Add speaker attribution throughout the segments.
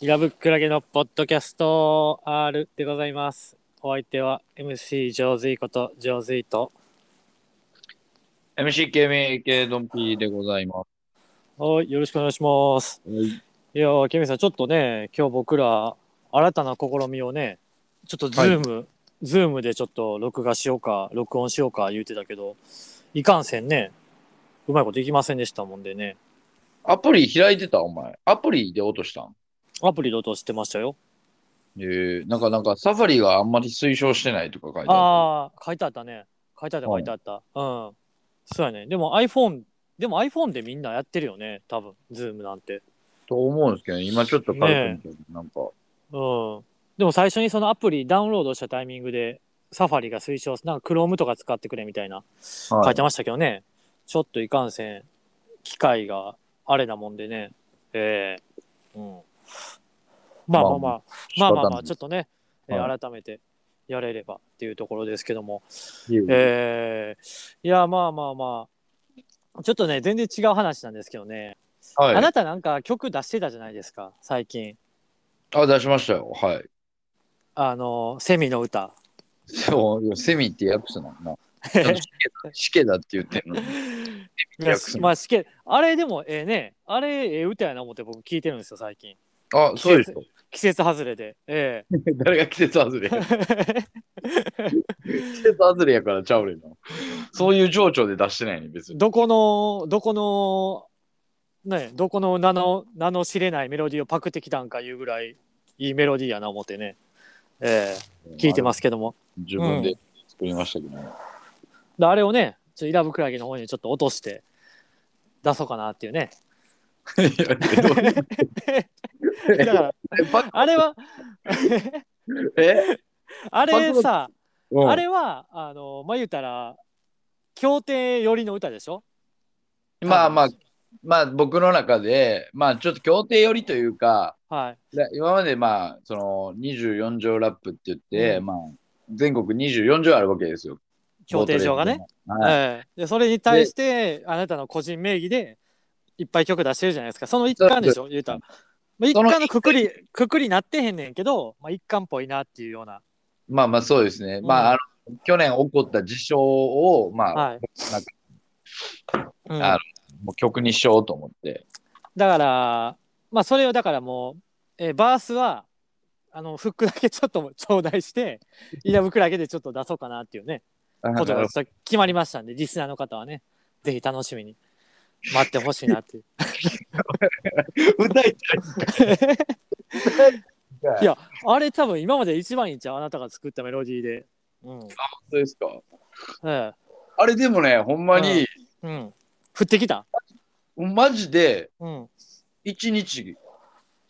Speaker 1: イラブックラゲのポッドキャスト R でございます。お相手は MC ジョーズイことジョーズイと。
Speaker 2: MCKMAK ドンピーでございま
Speaker 1: はい、よろしくお願いします。
Speaker 2: す。はい。
Speaker 1: いやー、ケミさん、ちょっとね、今日僕ら新たな試みをね、ちょっとズーム、ズームでちょっと録画しようか、録音しようか言うてたけど、いかんせんね、うまいこといきませんでしたもんでね、
Speaker 2: アプリ開いてたお前。アプリで落としたん
Speaker 1: アプリで落としてましたよ。
Speaker 2: えー、なんかなんかサファリがあんまり推奨してないとか書いてあ
Speaker 1: ああ、書いてあったね。書いてあった、書いてあった。うん。そうやね。でも iPhone、でも iPhone でみんなやってるよね、多分、Zoom なんて。
Speaker 2: ると思うんですけど、今ちょっと書いてみて、なんか、
Speaker 1: うん。でも最初にそのアプリダウンロードしたタイミングで、サファリが推奨、なんか Chrome とか使ってくれみたいな、書
Speaker 2: はい
Speaker 1: いてましたけどね。ちょっといかんせん、機械があれなもんでね。ええうん。まあまあまあ、まあまあまあ、ちょっとね、えー
Speaker 2: は
Speaker 1: 改めてやれればっていうところですけども。
Speaker 2: 仕方ない
Speaker 1: えーいやまあまあまあちょっとね全然違う話なんですけどね、
Speaker 2: はい、
Speaker 1: あなたなんか曲出してたじゃないですか最近
Speaker 2: あ、出しましたよ。はい。
Speaker 1: あのセミの歌
Speaker 2: そう、セミって訳す のかな。ちゃんとシケダシケだって言ってるのに。
Speaker 1: い
Speaker 2: い
Speaker 1: や
Speaker 2: やそう
Speaker 1: まあしけあれでもええねあれええ歌やな思って僕聞いてるんですよ最近
Speaker 2: あ、そうで すよ。
Speaker 1: 季節外れでええ
Speaker 2: 誰が季節外れや。 季節外れやからちゃうれな。そういう情緒で出してないね、別に。
Speaker 1: どこのどこのねどこの名の名の知れないメロディーをパクってきたんかいうぐらいいいメロディーやな思ってねええ聞いてますけども
Speaker 2: 自分で作りましたけどね。
Speaker 1: であれをね、ちょっとイラブクラゲの方にちょっと落として出そうかなっていうね。
Speaker 2: いやどう
Speaker 1: だから、
Speaker 2: えバッ
Speaker 1: あれは、
Speaker 2: え
Speaker 1: あれさ、あ
Speaker 2: あ
Speaker 1: れは、あの、まあ、言うたら、協定寄りの歌でしょ
Speaker 2: まあまあ、まあ僕の中で、まあちょっと協定寄りというか、
Speaker 1: はい。
Speaker 2: だ今までまあ、その24条ラップって言って、
Speaker 1: うん
Speaker 2: まあ、全国24条あるわけですよ。
Speaker 1: 協定上がね。
Speaker 2: ボートレースでも。はい。
Speaker 1: ええでそれに対して、あなたの個人名義でいっぱい曲出してるじゃないですか。その一環でしょ言うたら。まあ、一
Speaker 2: その
Speaker 1: 環のくくり、くくりなってへんねんけど、まあ、一環っぽいなっていうような。
Speaker 2: まあまあそうですね。
Speaker 1: ん
Speaker 2: まあ、あの、去年起こった事象を、まあ、
Speaker 1: はい。
Speaker 2: なんか
Speaker 1: うん
Speaker 2: あのもう曲にしようと思って。
Speaker 1: だから、まあ、それをだからもう、えーバースはあのフックだけちょっと 頂戴してイラブクラゲでちょっと出そうかなっていうねことがちょっと決まりましたんでリスナーの方はねぜひ楽しみに待ってほしいなっていう
Speaker 2: 歌いたい。
Speaker 1: いやあれ多分今まで一番いいんちゃうあなたが作ったメロディーでうん
Speaker 2: 本当ですか。
Speaker 1: え
Speaker 2: あれでもね、ほんまに、
Speaker 1: えうん降ってきた
Speaker 2: マジで
Speaker 1: うん
Speaker 2: 1日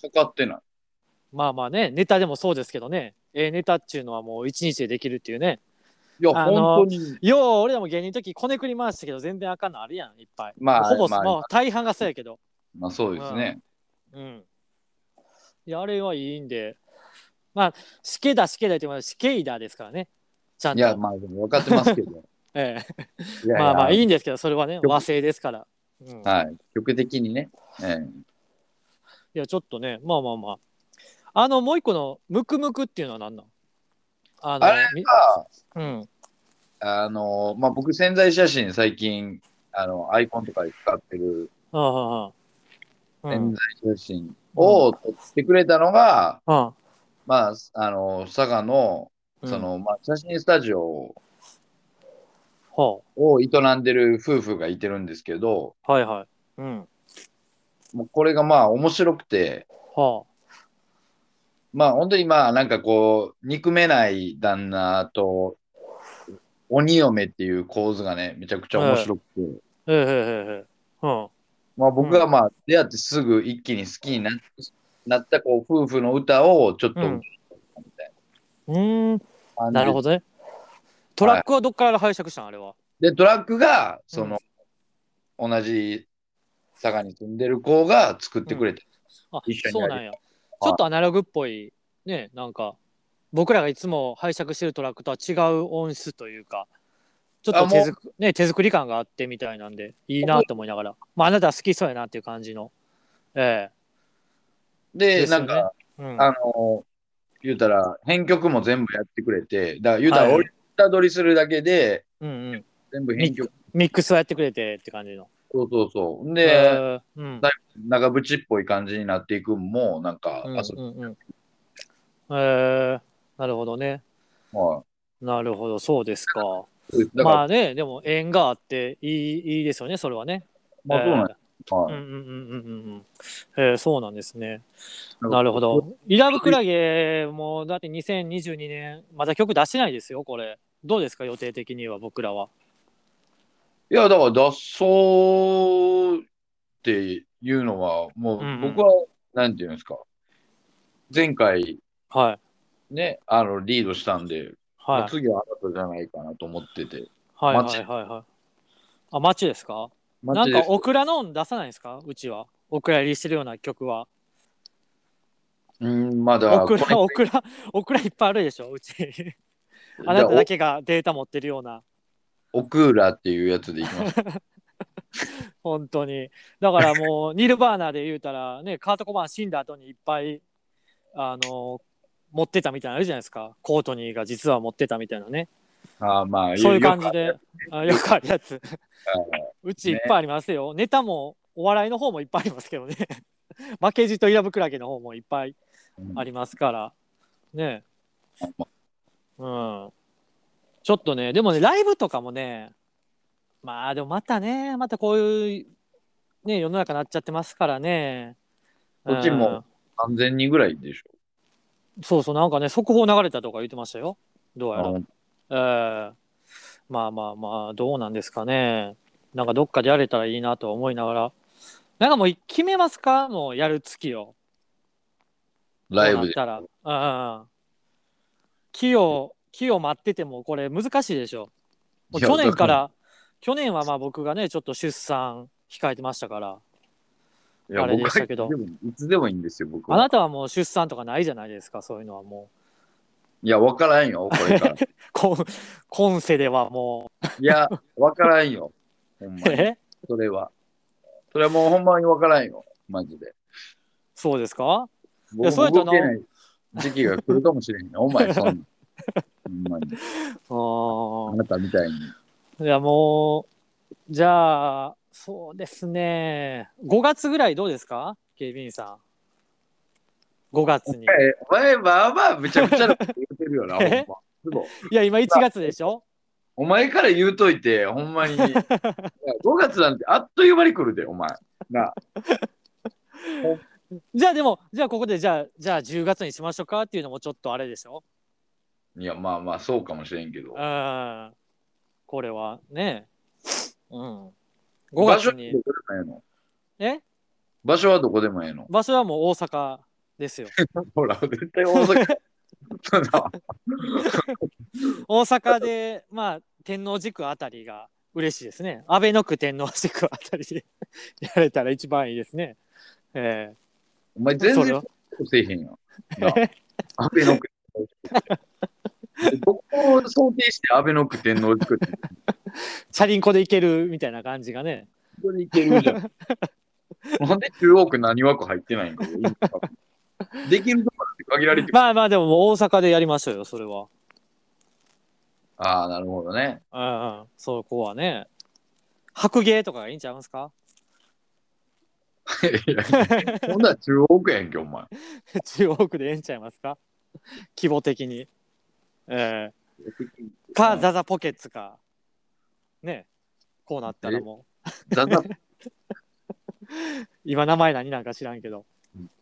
Speaker 2: かかってない。
Speaker 1: まあまあねネタでもそうですけどねええネタっていうのはもう一日でできるっていうね
Speaker 2: いや、
Speaker 1: あの
Speaker 2: 本当に。
Speaker 1: よう俺らも芸人の時こねくり回したけど全然あかんのあるやんいっぱい
Speaker 2: まあ
Speaker 1: ほぼ、
Speaker 2: まあ
Speaker 1: まあ、大半がそうやけど
Speaker 2: まあそうですね。
Speaker 1: うん。いや、あれはいいんで、まあ、しけだしけだって言われシケイダーですからね、ちゃん
Speaker 2: い
Speaker 1: と。
Speaker 2: や、まあでも分かってますけ ど。
Speaker 1: ええ
Speaker 2: いやいや
Speaker 1: まあまあ、いいんですけど、それはね、
Speaker 2: 曲
Speaker 1: 和製ですから。うん
Speaker 2: はい。曲的にね。え
Speaker 1: いや、ちょっとね、まあまあまあ。あの、もう一個の、ムクムクっていうのは何なのあの
Speaker 2: あれ
Speaker 1: みうん。
Speaker 2: えあのまあ僕、潜在写真最近、あの、アイコンとかで使ってる
Speaker 1: うんうんうん。うん
Speaker 2: 潜在写真を撮ってくれたのが、
Speaker 1: うん
Speaker 2: まあ、あの、佐賀の、
Speaker 1: うん
Speaker 2: その、まあ、写真スタジオ
Speaker 1: ほ
Speaker 2: を営んでる夫婦がいてるんですけど、
Speaker 1: うはいはい。うん。
Speaker 2: もうこれがまあ面白くて、
Speaker 1: は
Speaker 2: まあ本当にまあなんかこう憎めない旦那と鬼嫁っていう構図がねめちゃくちゃ面白くて、
Speaker 1: あ。ええええええ。うん。
Speaker 2: まあ僕がまあ出会ってすぐ一気に好きにななったこう夫婦の歌をちょっと、
Speaker 1: うん
Speaker 2: みたいう
Speaker 1: ーん。
Speaker 2: な感じで
Speaker 1: なるほどね。トラックはどっから拝借したんあれは。
Speaker 2: でトラックがその、同じ佐賀に住んでる子が作ってくれて、
Speaker 1: あ
Speaker 2: 一緒に
Speaker 1: そう
Speaker 2: や
Speaker 1: な
Speaker 2: る
Speaker 1: んや。ちょっとアナログっぽい、ね、なんか、僕らがいつも拝借してるトラックとは違う音質というか、ちょっ
Speaker 2: あ
Speaker 1: と
Speaker 2: もう
Speaker 1: 手作,、ね、手作り感があってみたいなんで、いいなと思いながら、まあ、あなたは好きそうやなっていう感じの、ええ
Speaker 2: で
Speaker 1: ですよ
Speaker 2: な
Speaker 1: ね
Speaker 2: んか
Speaker 1: うん
Speaker 2: あの、言うたら、編曲も全部やってくれて、だから言うた
Speaker 1: は
Speaker 2: ら、
Speaker 1: い
Speaker 2: 俺、下取りするだけで、
Speaker 1: うんうん、
Speaker 2: 全部編曲。
Speaker 1: ミックスはやってくれてって感じの。
Speaker 2: そうそうそう。
Speaker 1: え
Speaker 2: で、
Speaker 1: うん
Speaker 2: 長渕っぽい感じになっていくんも、なんか、
Speaker 1: うん
Speaker 2: あそう
Speaker 1: うんうんえーなるほどね。
Speaker 2: は
Speaker 1: なるほど、そうですか。
Speaker 2: いだから、
Speaker 1: まあね、でも縁があっていいいいですよね、それはね。
Speaker 2: まあ、そうなんや
Speaker 1: うん
Speaker 2: は
Speaker 1: う
Speaker 2: い
Speaker 1: んうんうんうんうん。えーそうなんですね。
Speaker 2: なんか
Speaker 1: なるほど。イラブクラゲもだって2022年、まだ曲出してないですよ、これ。どうですか、予定的には僕らは。
Speaker 2: いや、だから、脱走っていうのは、も
Speaker 1: うんう
Speaker 2: う、
Speaker 1: ん
Speaker 2: 僕は、なんていうんですか、前回、
Speaker 1: はい。
Speaker 2: ね、あの、リードしたんで、ま
Speaker 1: は
Speaker 2: あ
Speaker 1: い。
Speaker 2: 次はあなたじゃないかなと思ってて。
Speaker 1: はいはい
Speaker 2: マッチ
Speaker 1: はいはい。あ、マッチですか
Speaker 2: マ
Speaker 1: な
Speaker 2: ジ
Speaker 1: ん
Speaker 2: で
Speaker 1: かオクラのん出さないですかうちは。オクラ入りしてるような曲は。
Speaker 2: うん、まだ、
Speaker 1: オク
Speaker 2: これ
Speaker 1: ラ、オクラ、オクラいっぱいあるでしょうち。あなただけがデータ持ってるような。
Speaker 2: オクーラっていうやつでいきます。
Speaker 1: 本当に。だからもう、ニルバーナで言うたら、 ね、カート・コバーン死んだ後にいっぱい、あの、持ってたみたいなのあるじゃないですか。コートニーが実は持ってたみたいなね。
Speaker 2: あーまあ、
Speaker 1: そういう感じ
Speaker 2: よ
Speaker 1: で、あよくあるや つ。うちいっぱいありますよ。ネタも、お笑いの方もいっぱいありますけどね。負けじとイラブクラゲの方もいっぱいありますから。ねえうん。ちょっとね、でもね、ライブとかもね、まあでもまたね、またこういう、ね、世の中になっちゃってますからね。
Speaker 2: こっちもく3000人ぐらいでしょ。
Speaker 1: うん。そうそう、なんかね、速報流れたとか言ってましたよ。どうやら
Speaker 2: あ。の
Speaker 1: えーまあまあまあ、どうなんですかね。なんかどっかでやれたらいいなとは思いながら。なんかもう決めますかもうやる月を。
Speaker 2: ライ
Speaker 1: こうな
Speaker 2: ブ
Speaker 1: っ
Speaker 2: で。
Speaker 1: たら。うんうん。木を、木を待っててもこれ難しいでしょ。もう
Speaker 2: いや
Speaker 1: 去年から、去年はまあ僕がね、ちょっと出産控えてましたから。
Speaker 2: いや
Speaker 1: あれでしたけど
Speaker 2: 僕はいつでもいつでもいいんですよ、僕
Speaker 1: あ
Speaker 2: は
Speaker 1: な。たはもう出産とかないじゃないですか、そういうのはも。
Speaker 2: いや、わからんよ、これから。いう
Speaker 1: こん今世ではも
Speaker 2: や、わからんよ。ほんま
Speaker 1: う。
Speaker 2: に。
Speaker 1: え
Speaker 2: それは。それはもうほんまにわからんよ、マジで。
Speaker 1: そうですかいや
Speaker 2: 僕
Speaker 1: そうやった
Speaker 2: 動
Speaker 1: な
Speaker 2: けない時期が来るかも しれんよ。お前、そんな。ほんまに。
Speaker 1: ああ
Speaker 2: あ。なたみたいに。
Speaker 1: いやもう、じゃあ、そうですね。5月ぐらいどうですか警備員さん。5月に。
Speaker 2: えお前、まあまあ、むちゃくちゃなこと言ってるよな、ほん
Speaker 1: え
Speaker 2: ま。すごい
Speaker 1: いや、今1月でしょ
Speaker 2: お前から言うといて、ほ んまに。いや5月なんてあっという間に来るで、お前。な。
Speaker 1: じゃあでも、じゃあここで、じゃあ、じゃあ10月にしましょうかっていうのもちょっとあれでしょ
Speaker 2: いや、まあまあ、そうかもしれんけど
Speaker 1: う。ん。これはね。うん。5
Speaker 2: 場所
Speaker 1: 月
Speaker 2: はどこで
Speaker 1: に。
Speaker 2: もええの
Speaker 1: え
Speaker 2: 場所はどこでもええの
Speaker 1: 場所はもう大阪 ですよ。
Speaker 2: ほら、絶対大 阪。そうだ
Speaker 1: 大阪で、まあ、天王寺区あたりが嬉しいですね。安倍の区天王寺区あたりで やれたら一番いいですね。え
Speaker 2: お前、
Speaker 1: えそ
Speaker 2: 全
Speaker 1: れ
Speaker 2: 然
Speaker 1: は
Speaker 2: せえへんやん。な安倍の国。どこを想定して安倍の国天皇作って、
Speaker 1: チャリンコで行けるみたいな感じがね。
Speaker 2: 本当にいけるじゃ ん。なんで中央区何枠入ってないんかよ。意味わかんないできるとこなんて限られてる。
Speaker 1: まあまあ、でももう大阪でやりましょうよ、それは。
Speaker 2: ああ、なるほど ね。
Speaker 1: うんうん、そこはね。白芸とかがいいんちゃいますか
Speaker 2: いやほんなら中央区やんけ、お前。
Speaker 1: 中央区でええんちゃいますか規模的に。ええか、ザザポケッツか。ね。こうなったらも
Speaker 2: ザザ、
Speaker 1: う。今名前何なんか知らんけど。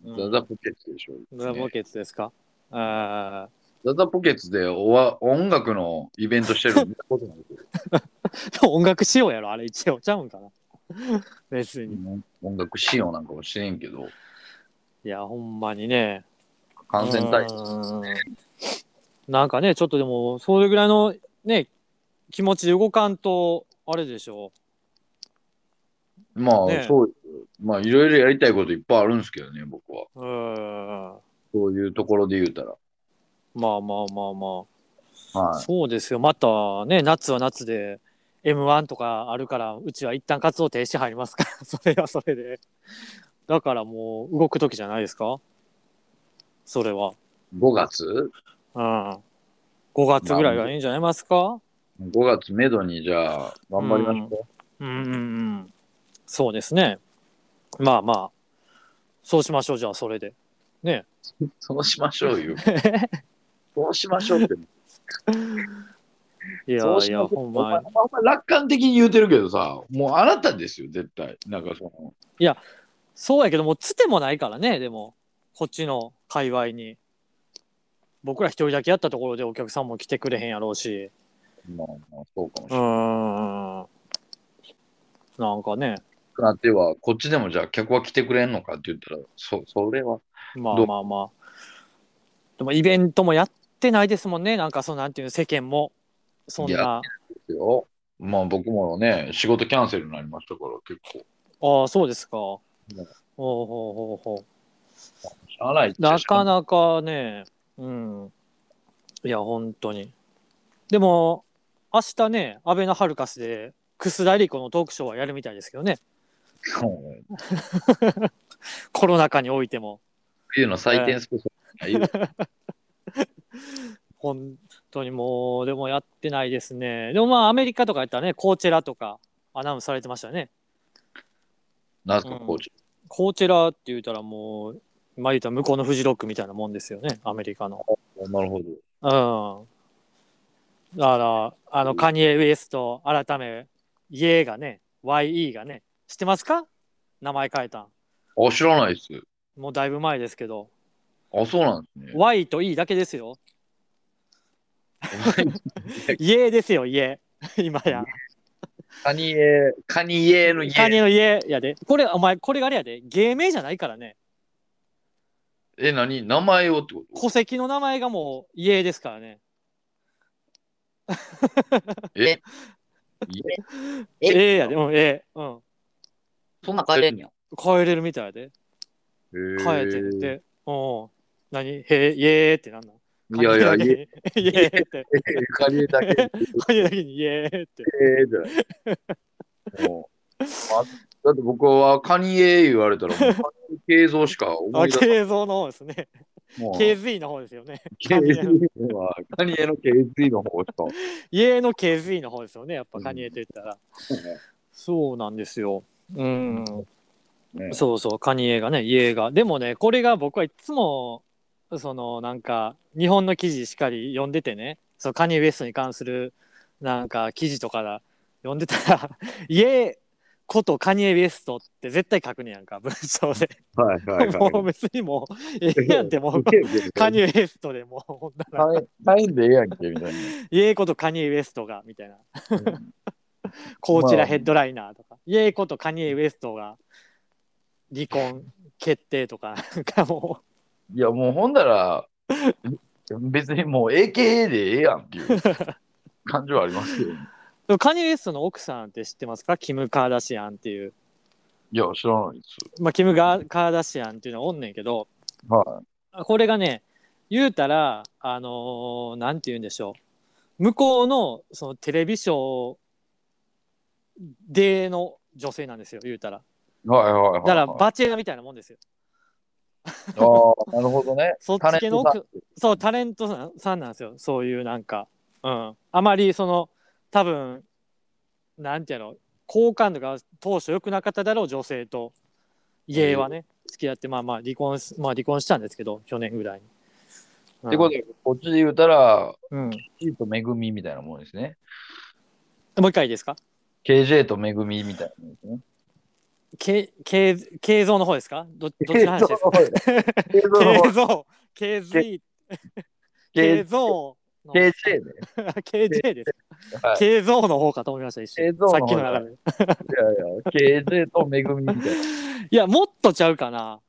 Speaker 1: うん
Speaker 2: ザザポケッツでしょ。
Speaker 1: ザボケツですか、あ
Speaker 2: ザザポケッツでおわ音楽のイベントしてるの見たことないけど
Speaker 1: ー音楽仕様やろあれ一応ちゃうんかな 別に
Speaker 2: 音楽仕様なんかもしてんけど、
Speaker 1: いやほんまにね
Speaker 2: 感染対策。
Speaker 1: 策なんかねちょっとでもそれぐらいのね気持ちで動かんとあれでしょ
Speaker 2: まあ、
Speaker 1: ね
Speaker 2: そうです。まあ、いろいろやりたいこといっぱいあるんですけどね、僕は。
Speaker 1: うーん
Speaker 2: そういうところで言うたら。
Speaker 1: まあまあまあまあ、
Speaker 2: はい。
Speaker 1: そうですよまたね夏は夏で m 1とかあるからうちは一旦活動停止入りますから それはそれでだからもう動く時じゃないですかそれは。
Speaker 2: 5月
Speaker 1: うん。5月ぐらいがいいんじゃないますか
Speaker 2: ?5 月めどにじゃあ、頑張りましょ
Speaker 1: うんうんうん。そうですね。まあまあ、そうしましょう、じゃあ、それで。ね。
Speaker 2: う。そうしましょう よ。そうしましょうって。
Speaker 1: いや
Speaker 2: そう
Speaker 1: い
Speaker 2: し
Speaker 1: や、
Speaker 2: ましょう
Speaker 1: ほんまに。
Speaker 2: お前お前楽観的に言うてるけどさ、もうあなたですよ、絶対。なんかその、
Speaker 1: そうやけどもうつてもないからねでもこっちの界隈に僕ら一人だけやったところでお客さんも来てくれへんやろうし
Speaker 2: まあまあ、そうかもし
Speaker 1: う
Speaker 2: れ
Speaker 1: ー
Speaker 2: ない
Speaker 1: んなんかね
Speaker 2: 少なくては、こっちでもじゃあ客は来てくれんのかって言ったら、そ、それは。
Speaker 1: まあ
Speaker 2: どう
Speaker 1: まあまあでもイベントもやってないですもんねなんかそのなんていうの世間もそん
Speaker 2: いや
Speaker 1: な
Speaker 2: ですよまあ僕もね、仕事キャンセルになりましたから、結
Speaker 1: あ
Speaker 2: 構。
Speaker 1: あそうですかほ
Speaker 2: や
Speaker 1: うほうほうほう
Speaker 2: しゃあないっちゃ
Speaker 1: な
Speaker 2: しゃ
Speaker 1: か
Speaker 2: あい
Speaker 1: なかね、うん。いや、本当に。でも、明日ね、アベノハルカスで、楠田理子のトークショーはやるみたいですけどね、
Speaker 2: そうね
Speaker 1: コロナ禍においても、
Speaker 2: 冬の採点スペシャル。あ
Speaker 1: 本当にもう、でもやってないですね。でもまあ、アメリカとかやったらね、コーチェラとかアナウンスされてましたよね。
Speaker 2: なんすか、
Speaker 1: うん
Speaker 2: コーチ。
Speaker 1: コーチェラって言ったらもう、まあ言ったら向こうのフジロックみたいなもんですよね、アメリカの。
Speaker 2: なるほど。
Speaker 1: うん。だから、あの、カニエ・ウエスト、改め、イエーがね、YE がね、知ってますか名前変えたん。
Speaker 2: あ、知らないっす。
Speaker 1: もうだいぶ前ですけど、
Speaker 2: あ、そうなん ですね。
Speaker 1: Y と E だけですよ。イエーですよ、イエー。今や。
Speaker 2: カニエ、カニエの家。
Speaker 1: カニエのイエーやで。これ、お前、これがあれやで。芸名じゃないからね。
Speaker 2: え、何名前をってこ
Speaker 1: 戸籍の名前がもうイエーですからね。
Speaker 2: とえ
Speaker 1: え
Speaker 2: え
Speaker 1: ーやで。うん、えー。うん。
Speaker 2: そんな変えれんや。
Speaker 1: 変えれるみたいやで。変えてっ
Speaker 2: へ
Speaker 1: て。うん。何へイエーってなんなん
Speaker 2: え。いやいや、
Speaker 1: カニ
Speaker 2: 家、
Speaker 1: エだけに イエーって。
Speaker 2: カニエだけ。え
Speaker 1: カニエだけにイエーって。
Speaker 2: えじゃない。もうあだって僕はカニエ言われたら、もうカニエ慶三しか思
Speaker 1: あ、
Speaker 2: い出せない。
Speaker 1: 慶三の方ですね。
Speaker 2: もう
Speaker 1: KZ の方ですよね。
Speaker 2: KZ は、 カニエの KZ の方しか。
Speaker 1: 家の KZ の方ですよね。やっぱカニエと言ったら。そうなんですよ。うん。
Speaker 2: ね
Speaker 1: そうそう、カニエがね、家が。でもね、これが僕はいつも、そのなんか、日本の記事しっかり読んでてね、そのカニエ・ウエストに関するなんか記事とかだ読んでたら、 家ことカニエ・ウエストって絶対書くねやんか、文章で。
Speaker 2: はいはい はい。
Speaker 1: もう別にもう、ええやんっても う。カニエ・ウエストでもうほんなら、
Speaker 2: 大変でええやんけみたい
Speaker 1: イエーことカニエ・ウエストが、みたいな。
Speaker 2: な。
Speaker 1: コーチ
Speaker 2: ま
Speaker 1: ラ
Speaker 2: あ
Speaker 1: ヘッドライナーとか、イエーことカニエ・ウエストが離婚決定とか、なんかも
Speaker 2: いやもうほんだら、別にもう AKA でええやんっ ていう感じはありますよ。
Speaker 1: う。でもカニエ・ウエストの奥さんって知ってますかキム・カーダシアンっていう。
Speaker 2: いや、知らないです。
Speaker 1: まあ、キムガー・カーダシアンっていうのはおんねんけど、
Speaker 2: は
Speaker 1: これがね、言うたら、あのーなんて言うんでしょう。向こうの、そのテレビショーでの女性なんですよ、言うたら。
Speaker 2: い。はいはいはい、はい。
Speaker 1: だから、
Speaker 2: あ
Speaker 1: バチェラみたいなもんですよ。
Speaker 2: あー、なるほどね。
Speaker 1: そっち系の
Speaker 2: タレ
Speaker 1: 奥そうタレントさんさんなんですよそういうなんか、うん、あまりその多分なんていうの好感度が当初良くなかっただろう女性と家はね付き合ってまあまあ離婚しまあ離婚したんですけど去年ぐらいに。うん
Speaker 2: ってことで、こっちで言うたら、
Speaker 1: うん、
Speaker 2: KJ とめぐみみたいなもんですね。
Speaker 1: もう一回いいですか
Speaker 2: KJ とめぐみみたいなもんですね。
Speaker 1: けけ慶三の方ですかどどっちの話ですか
Speaker 2: 映 像の
Speaker 1: 慶三
Speaker 2: 方
Speaker 1: 慶三慶
Speaker 2: KJ
Speaker 1: 三の
Speaker 2: KJ ね。
Speaker 1: KJ です
Speaker 2: はい
Speaker 1: 慶三の方かと思いました一瞬
Speaker 2: K 像
Speaker 1: さ
Speaker 2: の
Speaker 1: っき
Speaker 2: 方
Speaker 1: の流れで
Speaker 2: いやいや、KJ とめぐみみたいな。
Speaker 1: いや、もっとちゃうかな。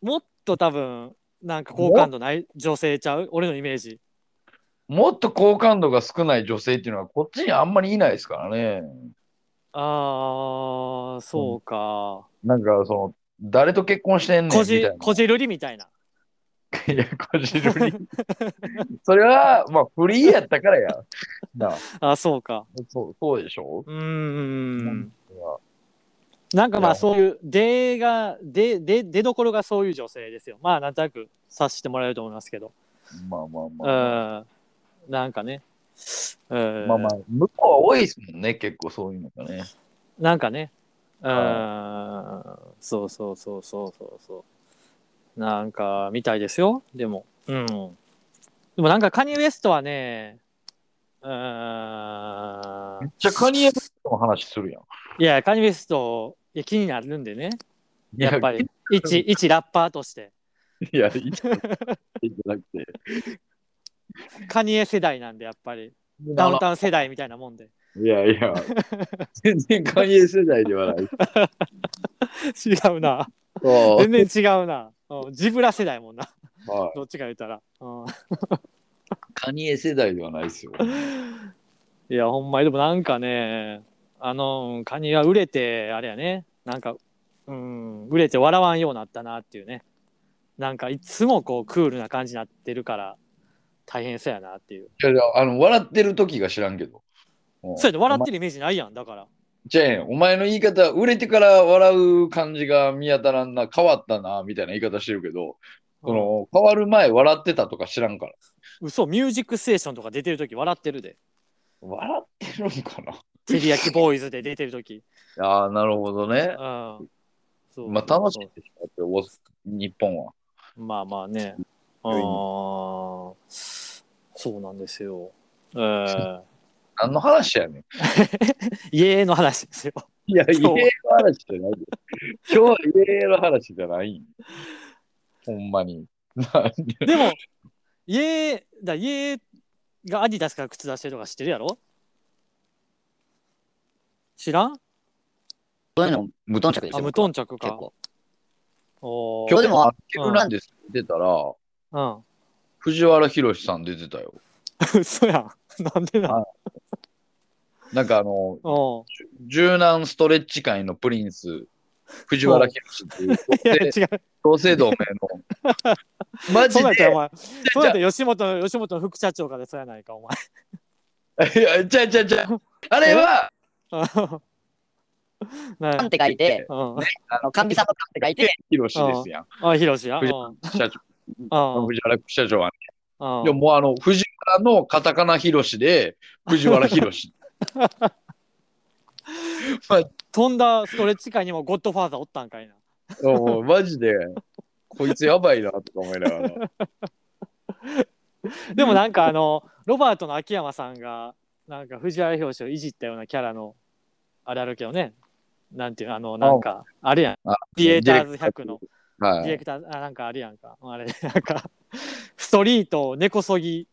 Speaker 1: もっと多分、なんか好感度ない女性ちゃう俺のイメージ。
Speaker 2: もっと好感度が少ない女性っていうのは、こっちにあんまりいないですからね。
Speaker 1: あー、そうか。
Speaker 2: なんか、その、誰と結婚してんねん
Speaker 1: こ
Speaker 2: みたい
Speaker 1: じ
Speaker 2: な。、
Speaker 1: こじるりみたいな。
Speaker 2: いや、こじるり。それは、まあ、フリーやったからや。なあ
Speaker 1: あ、そうか。
Speaker 2: そう、そうでしょ
Speaker 1: うーん。なんかまあ
Speaker 2: いや
Speaker 1: そういう出が出出出どころがそういう女性ですよまあなんとなく察してもらえると思いますけど、
Speaker 2: まあまあ
Speaker 1: う
Speaker 2: まあ。
Speaker 1: ん、なんかね、うん、
Speaker 2: まあまあ、向こうは多いですもんね、結構そういうのがね。
Speaker 1: なんかね、うーん、そうそうそうそうそうそう。なんか、みたいですよ、でも。うん。でもなんか、カニウエストはね、うーん
Speaker 2: めっ、ちゃカニエの話するやん。
Speaker 1: いや、カニウエスト、いや気になるんでね、やっぱり、一、一ラッパーとして、
Speaker 2: いや、いいじゃなくて。
Speaker 1: カニエ世代なんで、やっぱり、ダウンタウン世代みた いなもんで。
Speaker 2: いやいや、全然カニエ世代ではない。
Speaker 1: 違うな、
Speaker 2: そう
Speaker 1: 全然違うな。うんジブラ世代もんな、
Speaker 2: はい
Speaker 1: どっちか言ったら。うん
Speaker 2: カニエ世代ではないですよ。
Speaker 1: いやほんまにでもなんかねあのカニは売れてあれやねなんかうん売れて笑わんようになったなっていうねなんかいつもこうクールな感じになってるから大変そうやなっていう
Speaker 2: いやいやあの笑ってる時が知らんけど。
Speaker 1: そうやって笑ってるイメージないやんだから
Speaker 2: じゃあお前の言い方、売れてから笑う感じが見当たらんな、変わったな、みたいな言い方してるけど、その変わる前笑ってたとか知らんから。
Speaker 1: 嘘ミュージックステーションとか出てる時笑ってるで
Speaker 2: 笑ってるんかな
Speaker 1: 照り焼きボーイズで出てる時
Speaker 2: ああ、なるほど
Speaker 1: う
Speaker 2: ね
Speaker 1: ん。そう
Speaker 2: まあ楽しいですよだってお日本は。
Speaker 1: まあまあね。あ
Speaker 2: うん
Speaker 1: ーそうなんですよ。えー、
Speaker 2: 何の話やねん。
Speaker 1: 家の話ですよ。
Speaker 2: いや、家
Speaker 1: 今日
Speaker 2: の
Speaker 1: は
Speaker 2: 話じゃないよ。今日は家の話じゃないんほんまに。なんで
Speaker 1: でも、家、だ家がアディダスから靴出してるとか知ってるやろ知らん
Speaker 3: そういうの 無頓着ですよ。
Speaker 1: あ、無頓着
Speaker 3: 結
Speaker 1: か。
Speaker 3: 構。
Speaker 1: おー
Speaker 2: 今日で
Speaker 3: で
Speaker 2: も、
Speaker 3: も
Speaker 2: あけるなんです出てたら、
Speaker 1: うん。
Speaker 2: 藤原宏さん出てたよ。
Speaker 1: 嘘やん。 なんでなん
Speaker 2: あなんかあの、
Speaker 1: お
Speaker 2: 柔軟ストレッチ界のプリンス、藤原宏っていう、
Speaker 1: いや、違う。
Speaker 2: 同姓同名 の。マ
Speaker 1: そ
Speaker 2: ジ
Speaker 1: うなんやった
Speaker 2: で
Speaker 1: らお前、そう
Speaker 2: じ
Speaker 1: な
Speaker 2: ゃ
Speaker 1: んやったら吉本の、吉本の副社長からそうやないか、お前。
Speaker 2: いや、ちゃうちゃうちゃう。あれは、
Speaker 1: な
Speaker 3: カンって書いて、
Speaker 1: うん。
Speaker 3: あの、神さんのカンって書いて、
Speaker 2: 宏ですやん。
Speaker 1: あ、ヒロシや。うん。
Speaker 2: 藤
Speaker 1: うん。
Speaker 2: 社長
Speaker 1: うん
Speaker 2: 藤原副社長は、
Speaker 1: うん
Speaker 2: でももうあの、藤原のカタカナ宏で、藤 原宏。
Speaker 1: 飛んだストレッチ界にもゴッドファーザーおったんかいな。
Speaker 2: もうマジで、こいつやばいなとか思いながら。
Speaker 1: でもなんかあの、ロバートの秋山さんが、なんか藤原表紙をいじったようなキャラの、あれあるけどね、なんていうのあの、なんか、あれやん、
Speaker 2: あ
Speaker 1: ディエーターズ100の、デ
Speaker 2: は
Speaker 1: ィレ
Speaker 2: い。
Speaker 1: クター、あなんかあれやんか、あれ、なんか、ストリートを根こそぎ、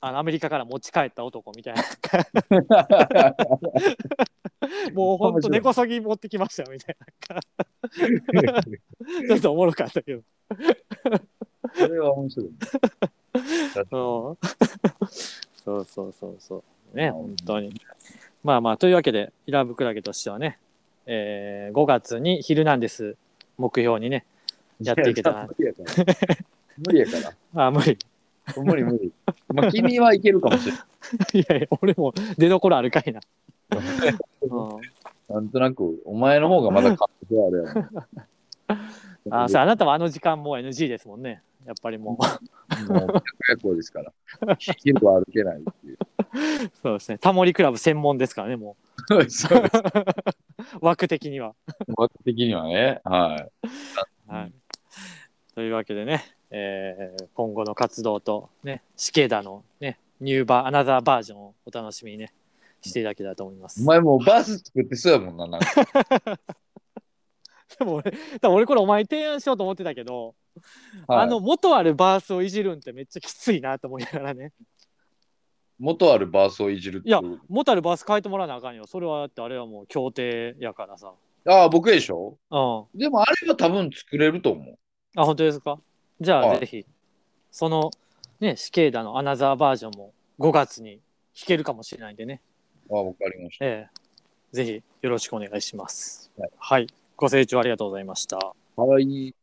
Speaker 1: あのアメリカから持ち帰った男みたいな、もうほんと根こそぎ持ってきましたよみたいな、ちょっとおもろかったけど。
Speaker 2: それは面白い。
Speaker 1: そうそうそうそうそう。ね、本当に。まあまあ、というわけで、イラブクラゲとしてはね、えー、5月に「ヒルナンデス」目標にね、やっていけたら。
Speaker 2: 無理やから。無理やか
Speaker 1: あー無理。
Speaker 2: ら。無理無理。まあ、君はいけるかもしれない。
Speaker 1: いやいや、俺も出どころあるかいな。うん
Speaker 2: なんとなく、お前の方がまだ勝手あれやな。
Speaker 1: あーそうあなたはあの時間もう NG ですもんね。やっぱりもう、
Speaker 2: もう、100校ですから。昼は歩けないっていう。
Speaker 1: そうですね、タモリクラブ専門ですからね、も
Speaker 2: そうです。
Speaker 1: う、枠的には。
Speaker 2: 枠的にはね。はい。
Speaker 1: はい、というわけでね、えー今後の活動と、ね、シケダの、ね、ニューバー、アナザーバージョンをお楽しみにね、していただけたらと思います。
Speaker 2: お前もうバス作ってそうやもんな。なんか
Speaker 1: でも俺、多分俺これお前に提案しようと思ってたけど、
Speaker 2: はい
Speaker 1: あの、元あるバースをいじるんってめっちゃきついなと思いながらね、
Speaker 2: 元あるバースをいじるっていう
Speaker 1: い元あるバース変えてもらわなあかんよ。それはだってあれはもう協定やからさ。
Speaker 2: ああ、僕でしょ
Speaker 1: うん。あ、
Speaker 2: でもあれは多分作れると思う。
Speaker 1: 本当ですかじゃあ、
Speaker 2: はい
Speaker 1: ぜひ、その、ね、シケダのアナザーバージョンも5月に弾けるかもしれないんでね。
Speaker 2: ああ、わかりました。
Speaker 1: ええ、ぜひよろしくお願いします。
Speaker 2: は
Speaker 1: はい、ご清聴ありがとうございました。
Speaker 2: はい。